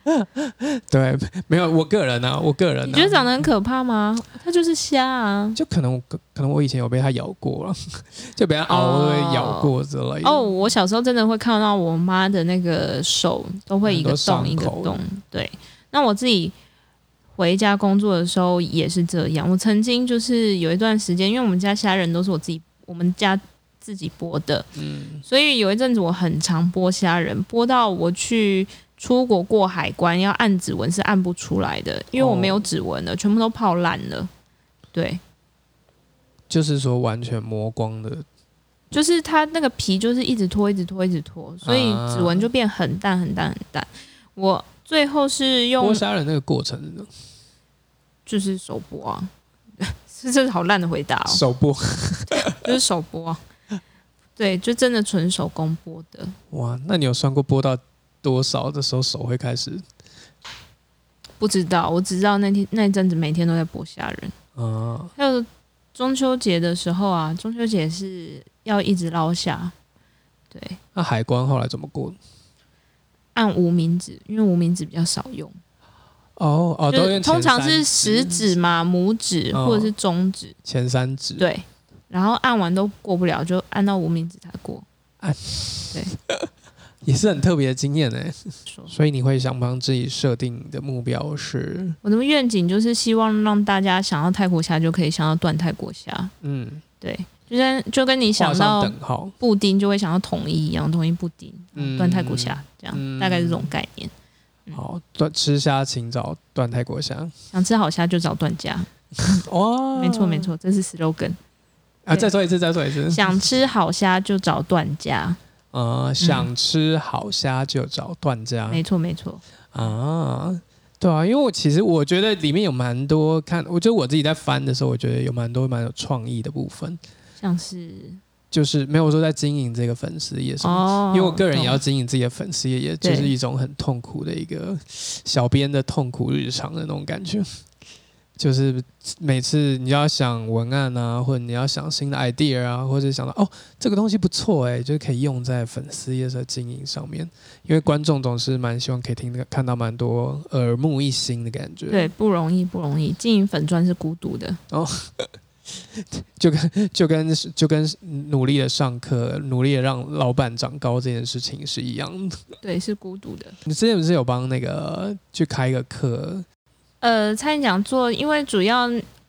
[SPEAKER 1] 对，没有，我个人啊，我个人、啊，
[SPEAKER 2] 你觉得长得很可怕吗？它就是虾啊。
[SPEAKER 1] 就可能我可能我以前有被它咬过了，啊 就被它熬了
[SPEAKER 2] 哦
[SPEAKER 1] 咬过之类的。
[SPEAKER 2] 哦，我小时候真的会看到我妈的那个手都会一个
[SPEAKER 1] 很
[SPEAKER 2] 洞
[SPEAKER 1] 多
[SPEAKER 2] 一个
[SPEAKER 1] 伤口
[SPEAKER 2] 洞。对，那我自己回家工作的时候也是这样。我曾经就是有一段时间，因为我们家虾仁都是我自己我们家自己剥的，
[SPEAKER 1] 嗯，
[SPEAKER 2] 所以有一阵子我很常剥虾仁，剥到我去出国过海关要按指纹是按不出来的，因为我没有
[SPEAKER 1] 哦
[SPEAKER 2] 指纹了，全部都泡烂了。对，
[SPEAKER 1] 就是说完全磨光的
[SPEAKER 2] 就是它那个皮就是一直脱，一直脱，一直脱，所以指
[SPEAKER 1] 啊
[SPEAKER 2] 纹就变很淡很淡很淡。我最后是
[SPEAKER 1] 剥
[SPEAKER 2] 用
[SPEAKER 1] 虾仁那个过程是怎么，
[SPEAKER 2] 就是手剥啊， 是这是好烂的回答哦，
[SPEAKER 1] 手剥
[SPEAKER 2] 就是手剥啊、对，就真的纯手工剥的，
[SPEAKER 1] 哇，那你有算过剥到多少的时候手会开始
[SPEAKER 2] 不知道，我只知道那天那一阵子每天都在剥虾仁，
[SPEAKER 1] 啊？
[SPEAKER 2] 还有中秋节的时候啊，中秋节是要一直捞虾，对，
[SPEAKER 1] 那海关后来怎么过？
[SPEAKER 2] 按无名指，因为无名指比较少用。
[SPEAKER 1] 哦哦，
[SPEAKER 2] 就
[SPEAKER 1] 都
[SPEAKER 2] 是
[SPEAKER 1] 用
[SPEAKER 2] 通
[SPEAKER 1] 前
[SPEAKER 2] 常
[SPEAKER 1] 三
[SPEAKER 2] 是食指嘛、拇指
[SPEAKER 1] 哦
[SPEAKER 2] 或者是中指，
[SPEAKER 1] 前三指，
[SPEAKER 2] 对，然后按完都过不了，就按到无名指才过。
[SPEAKER 1] 也是很特别的经验呢。欸
[SPEAKER 2] 说
[SPEAKER 1] 所以你会想帮自己设定的目标是，
[SPEAKER 2] 我的愿景就是希望让大家想要泰国虾就可以想要断泰国虾，
[SPEAKER 1] 嗯，
[SPEAKER 2] 对，就跟就跟你
[SPEAKER 1] 画
[SPEAKER 2] 想
[SPEAKER 1] 上
[SPEAKER 2] 到
[SPEAKER 1] 等号。
[SPEAKER 2] 布丁就会想到统一一样，统一布丁
[SPEAKER 1] 嗯
[SPEAKER 2] 断泰国虾这样，
[SPEAKER 1] 嗯
[SPEAKER 2] 大概是这种概念。嗯
[SPEAKER 1] 好，断吃虾请找断泰国虾。
[SPEAKER 2] 想吃好虾就找断 家，
[SPEAKER 1] 哦，
[SPEAKER 2] 没错没。错，这是 slogan。
[SPEAKER 1] 啊，再说一次，再说一次。
[SPEAKER 2] 想吃好虾就找断家，
[SPEAKER 1] 呃，想吃好虾就找段家
[SPEAKER 2] 没错没错，
[SPEAKER 1] 啊。对啊，因为我其实我觉得里面有蛮多看，我觉得我自己在翻的时候，我觉得有蛮多蛮有创意的部分，
[SPEAKER 2] 像是
[SPEAKER 1] 就是没有说在经营这个粉丝页什么
[SPEAKER 2] 哦，
[SPEAKER 1] 因为我个人也要
[SPEAKER 2] 懂
[SPEAKER 1] 经营自己的粉丝页，也就是一种很痛苦的一个小编的痛苦日常的那种感觉。就是每次你要想文案啊，或者你要想新的 idea 啊，或者想到哦这个东西不错哎、就是可以用在粉丝页的经营上面，因为观众总是蛮希望可以听看到蛮多耳目一新的感觉。
[SPEAKER 2] 对不容易不容易，经营粉砖是孤独的，
[SPEAKER 1] 就跟就跟就跟努力的上课，努力的让老板长高这件事情是一样的。
[SPEAKER 2] 对是孤独的。
[SPEAKER 1] 你之前不是有帮那个去开一个课，
[SPEAKER 2] 呃，餐饮讲座，因为主要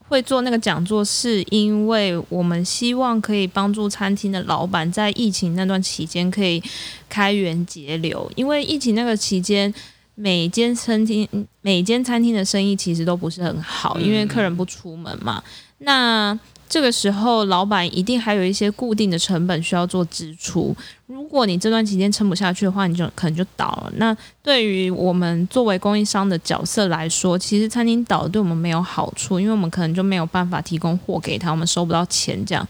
[SPEAKER 2] 会做那个讲座，是因为我们希望可以帮助餐厅的老板在疫情那段期间可以开源节流，因为疫情那个期间。每间餐厅，每间餐厅的生意其实都不是很好，因为客人不出门嘛。那这个时候，老板一定还有一些固定的成本需要做支出。如果你这段期间撑不下去的话，你就可能就倒了。那对于我们作为供应商的角色来说，其实餐厅倒了对我们没有好处，因为我们可能就没有办法提供货给他，我们收不到钱这样。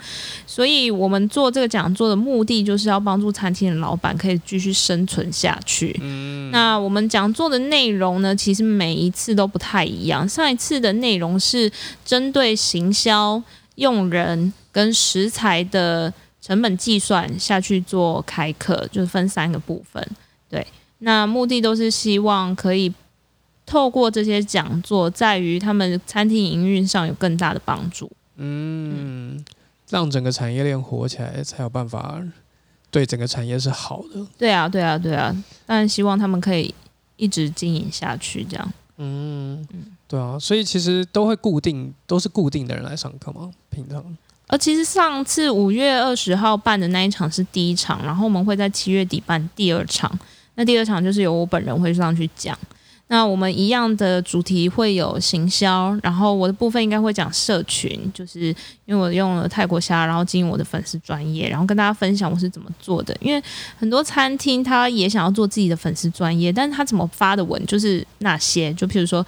[SPEAKER 2] 所以我们做这个讲座的目的，就是要帮助餐厅的老板可以继续生存下去。嗯，那我们讲座的内容呢，其实每一次都不太一样。上一次的内容是针对行销、用人跟食材的成本计算下去做开课，就是分三个部分。对，那目的都是希望可以透过这些讲座，在于他们餐厅营运上有更大的帮助。
[SPEAKER 1] 嗯，让整个产业链活起来，才有办法对整个产业是好的。
[SPEAKER 2] 对啊，对啊，对啊，但希望他们可以一直经营下去，这样。
[SPEAKER 1] 嗯，对啊，所以其实都会固定，都是固定的人来上课吗？平常
[SPEAKER 2] 而其实上次五月二十号办的那一场是第一场，然后我们会在七月底办第二场。那第二场就是由我本人会上去讲。那我们一样的主题会有行销，然后我的部分应该会讲社群，就是因为我用了泰国虾，然后经营我的粉丝专业，然后跟大家分享我是怎么做的。因为很多餐厅他也想要做自己的粉丝专业，但是他怎么发的文就是那些，就譬如说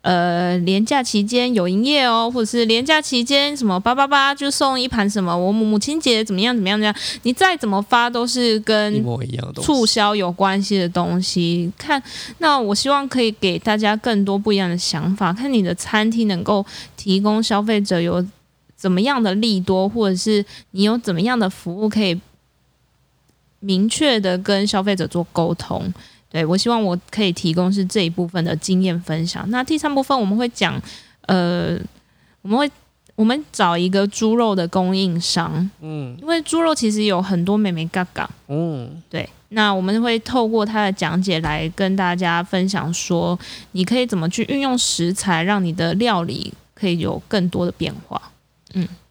[SPEAKER 2] 呃，廉价期间有营业哦，或者是廉价期间什么八八八就送一盘什么，我母母亲节怎么样怎么样怎么样，你再怎么发都是
[SPEAKER 1] 一
[SPEAKER 2] 跟
[SPEAKER 1] 模一样的东西。
[SPEAKER 2] 嗯促销有关系的东西。看，那我希望可以给大家更多不一样的想法，看你的餐厅能够提供消费者有怎么样的利多，或者是你有怎么样的服务可以明确的跟消费者做沟通。对我希望我可以提供是这一部分的经验分享。那第三部分我们会讲，呃，我们会我们找一个猪肉的供应商，
[SPEAKER 1] 嗯
[SPEAKER 2] 因为猪肉其实有很多美美嘎嘎，
[SPEAKER 1] 嗯
[SPEAKER 2] 对，那我们会透过他的讲解来跟大家分享说，你可以怎么去运用食材，让你的料理可以有更多的变化。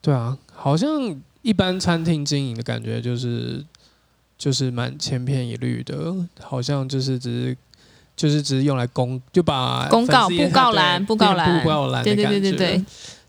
[SPEAKER 1] 对啊，好像一般餐厅经营的感觉就是就是蛮千篇一律的，好像就是只是就是只是用来公就把
[SPEAKER 2] 公告
[SPEAKER 1] 粉丝页
[SPEAKER 2] 布告
[SPEAKER 1] 对
[SPEAKER 2] 栏布告栏
[SPEAKER 1] 布告栏
[SPEAKER 2] 对
[SPEAKER 1] 的
[SPEAKER 2] 对
[SPEAKER 1] 感
[SPEAKER 2] 对对
[SPEAKER 1] 觉
[SPEAKER 2] 对，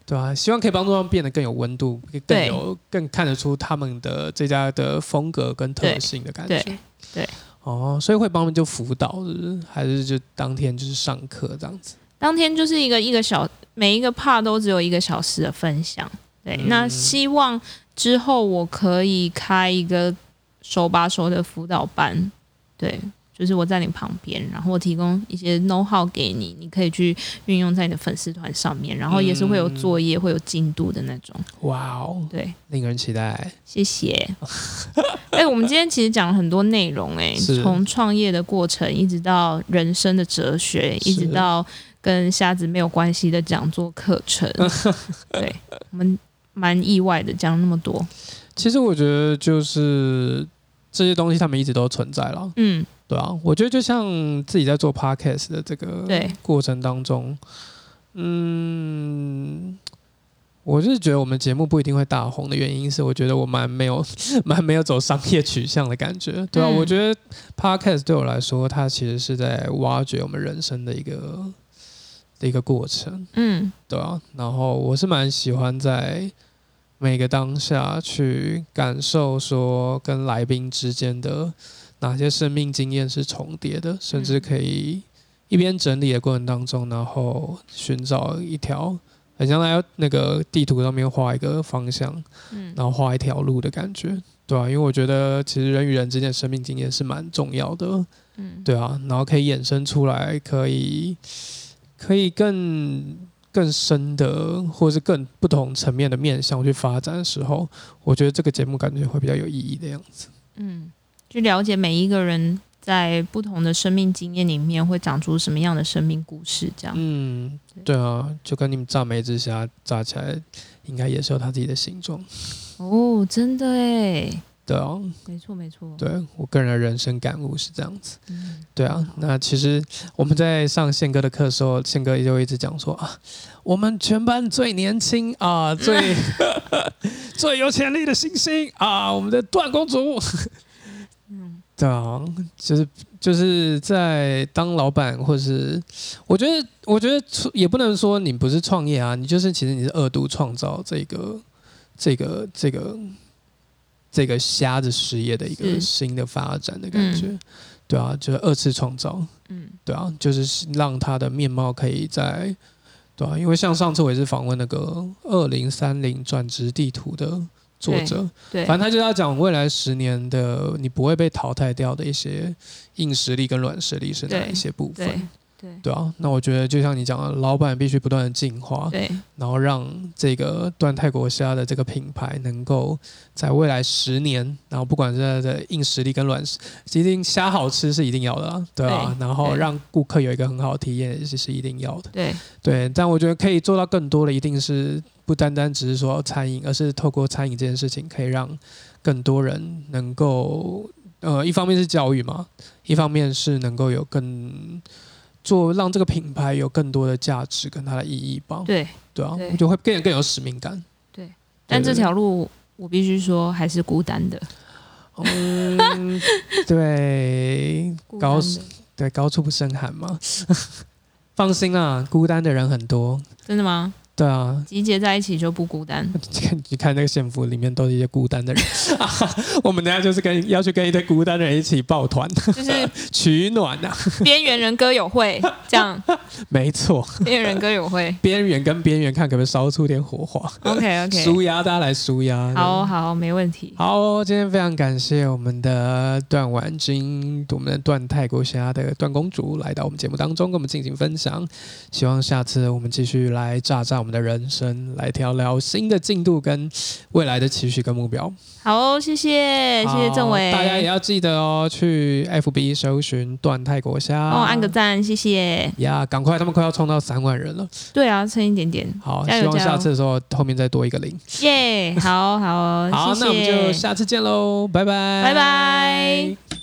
[SPEAKER 1] 对啊，希望可以帮助他们变得更有温度，更
[SPEAKER 2] 对
[SPEAKER 1] 有更看得出他们的这家的风格跟特
[SPEAKER 2] 对
[SPEAKER 1] 性的感觉。
[SPEAKER 2] 对对
[SPEAKER 1] 哦，所以会帮他们就辅导，是不是？还是就当天就是上课这样子？
[SPEAKER 2] 当天就是一个一个小，每一个 part 都只有一个小时的分享。对，
[SPEAKER 1] 嗯
[SPEAKER 2] 那希望之后我可以开一个手把手的辅导班，对，就是我在你旁边，然后我提供一些 know how 给你，你可以去运用在你的粉丝团上面，然后也是会
[SPEAKER 1] 嗯
[SPEAKER 2] 有作业、会有进度的那种。
[SPEAKER 1] 哇哦，
[SPEAKER 2] 对，
[SPEAKER 1] 令人期待。
[SPEAKER 2] 谢谢。 哎、我们今天其实讲了很多内容、诶，
[SPEAKER 1] 是
[SPEAKER 2] 哎，从创业的过程，一直到人生的哲学，
[SPEAKER 1] 是
[SPEAKER 2] 一直到跟瞎子没有关系的讲座课 程，对我们蛮意外的讲那么多。
[SPEAKER 1] 其实我觉得就是这些东西，他们一直都存在了。
[SPEAKER 2] 嗯，
[SPEAKER 1] 对啊，我觉得就像自己在做 podcast 的这个
[SPEAKER 2] 对
[SPEAKER 1] 过程当中，嗯，我是觉得我们节目不一定会大红的原因是，我觉得我蛮没有 蛮没有走商业取向的感觉。对啊，
[SPEAKER 2] 嗯
[SPEAKER 1] 我觉得 podcast 对我来说，它其实是在挖掘我们人生的一个的一个过程。
[SPEAKER 2] 嗯，
[SPEAKER 1] 对啊，然后我是蛮喜欢在每个当下去感受说跟来宾之间的哪些生命经验是重叠的，甚至可以一边整理的过程当中，然后寻找一条很像在那个地图上面画一个方向，
[SPEAKER 2] 嗯
[SPEAKER 1] 然后画一条路的感觉，对啊，因为我觉得其实人与人之间的生命经验是蛮重要的，
[SPEAKER 2] 嗯，
[SPEAKER 1] 对啊，然后可以衍生出来，可以可以更更深的，或是更不同层面的面向去发展的时候，我觉得这个节目感觉会比较有意义的样子。
[SPEAKER 2] 嗯，去了解每一个人在不同的生命经验里面会长出什么样的生命故事，这样。
[SPEAKER 1] 嗯，对啊，就跟你们炸梅之虾炸起来，应该也是有它自己的形状。
[SPEAKER 2] 哦，真的哎，
[SPEAKER 1] 对啊，
[SPEAKER 2] 没错没错。
[SPEAKER 1] 对我个人的人生感悟是这样子。
[SPEAKER 2] 嗯，
[SPEAKER 1] 对啊，那其实我们在上宪哥的课的时候，宪哥就一直讲说啊，我们全班最年轻 啊，最最有潜力的新星啊，我们的段公主。
[SPEAKER 2] 嗯
[SPEAKER 1] 对啊，就是就是在当老板，或是我觉得，我觉得也不能说你不是创业啊，你就是其实你是恶毒创造这个这个这个这个瞎子事业的一个
[SPEAKER 2] 是
[SPEAKER 1] 新的发展的感觉。
[SPEAKER 2] 嗯
[SPEAKER 1] 对啊，就是二次创造。
[SPEAKER 2] 嗯
[SPEAKER 1] 对啊，就是让他的面貌可以在，对啊，因为像上次我也是访问那个二零三零转职地图的作者，
[SPEAKER 2] 对
[SPEAKER 1] 反，正他就要讲未来十年的你不会被淘汰掉的一些硬实力跟软实力是哪一些部
[SPEAKER 2] 对
[SPEAKER 1] 分。
[SPEAKER 2] 对
[SPEAKER 1] 对啊，那我觉得就像你讲的，老板必须不断的进化，
[SPEAKER 2] 对，
[SPEAKER 1] 然后让这个段泰国虾的这个品牌能够在未来十年，然后不管是它的硬实力跟软实，一定虾好吃是一定要的啦，对啊，
[SPEAKER 2] 对
[SPEAKER 1] 然后
[SPEAKER 2] 对
[SPEAKER 1] 让顾客有一个很好的体验也是是一定要的，
[SPEAKER 2] 对，
[SPEAKER 1] 对。但我觉得可以做到更多的，一定是不单单只是说餐饮，而是透过餐饮这件事情，可以让更多人能够，呃，一方面是教育嘛，一方面是能够有更。做让这个品牌有更多的价值跟它的意义吧。
[SPEAKER 2] 对。
[SPEAKER 1] 对啊，
[SPEAKER 2] 对
[SPEAKER 1] 我就会变得更有使命感。
[SPEAKER 2] 但这条路我必须说还是孤单的，
[SPEAKER 1] 嗯， 对
[SPEAKER 2] 孤
[SPEAKER 1] 高
[SPEAKER 2] 单的
[SPEAKER 1] 对，高处不胜寒嘛。 放心啊，孤单的人很多。
[SPEAKER 2] 真的吗？
[SPEAKER 1] 对啊，
[SPEAKER 2] 集结在一起就不孤单。
[SPEAKER 1] 你看你看那个县府里面都是一些孤单的人。 我们等一下就是跟要去跟一堆孤单的人一起抱团
[SPEAKER 2] 就是
[SPEAKER 1] 取暖啊。
[SPEAKER 2] 边缘人歌友会这样，
[SPEAKER 1] 没错，
[SPEAKER 2] 边缘人歌友会。
[SPEAKER 1] 边缘跟边缘看可不可以烧出点火花。
[SPEAKER 2] OK OK，
[SPEAKER 1] 舒压，大家来舒压。
[SPEAKER 2] 好哦好没问题。
[SPEAKER 1] 好，今天非常感谢我们的段婉君，我们的段泰国虾的段公主来到我们节目当中，跟我们进行分享。希望下次我们继续来炸炸我们的人生，来聊聊新的进度跟未来的期许跟目标。
[SPEAKER 2] 好哦，谢谢谢谢
[SPEAKER 1] 好
[SPEAKER 2] 政委，
[SPEAKER 1] 大家也要记得哦，去 FB 搜寻段泰国虾，
[SPEAKER 2] 帮我按个赞，谢谢。
[SPEAKER 1] 呀，赶快，他们快要冲到三万人了。
[SPEAKER 2] 对啊，撑一点 点，
[SPEAKER 1] 好，
[SPEAKER 2] 加油
[SPEAKER 1] 希望
[SPEAKER 2] 加油
[SPEAKER 1] 下次的时候后面再多一个零。
[SPEAKER 2] 耶！好好，哦
[SPEAKER 1] 好，
[SPEAKER 2] 谢谢
[SPEAKER 1] 那我们就下次见喽，拜拜，
[SPEAKER 2] 拜拜。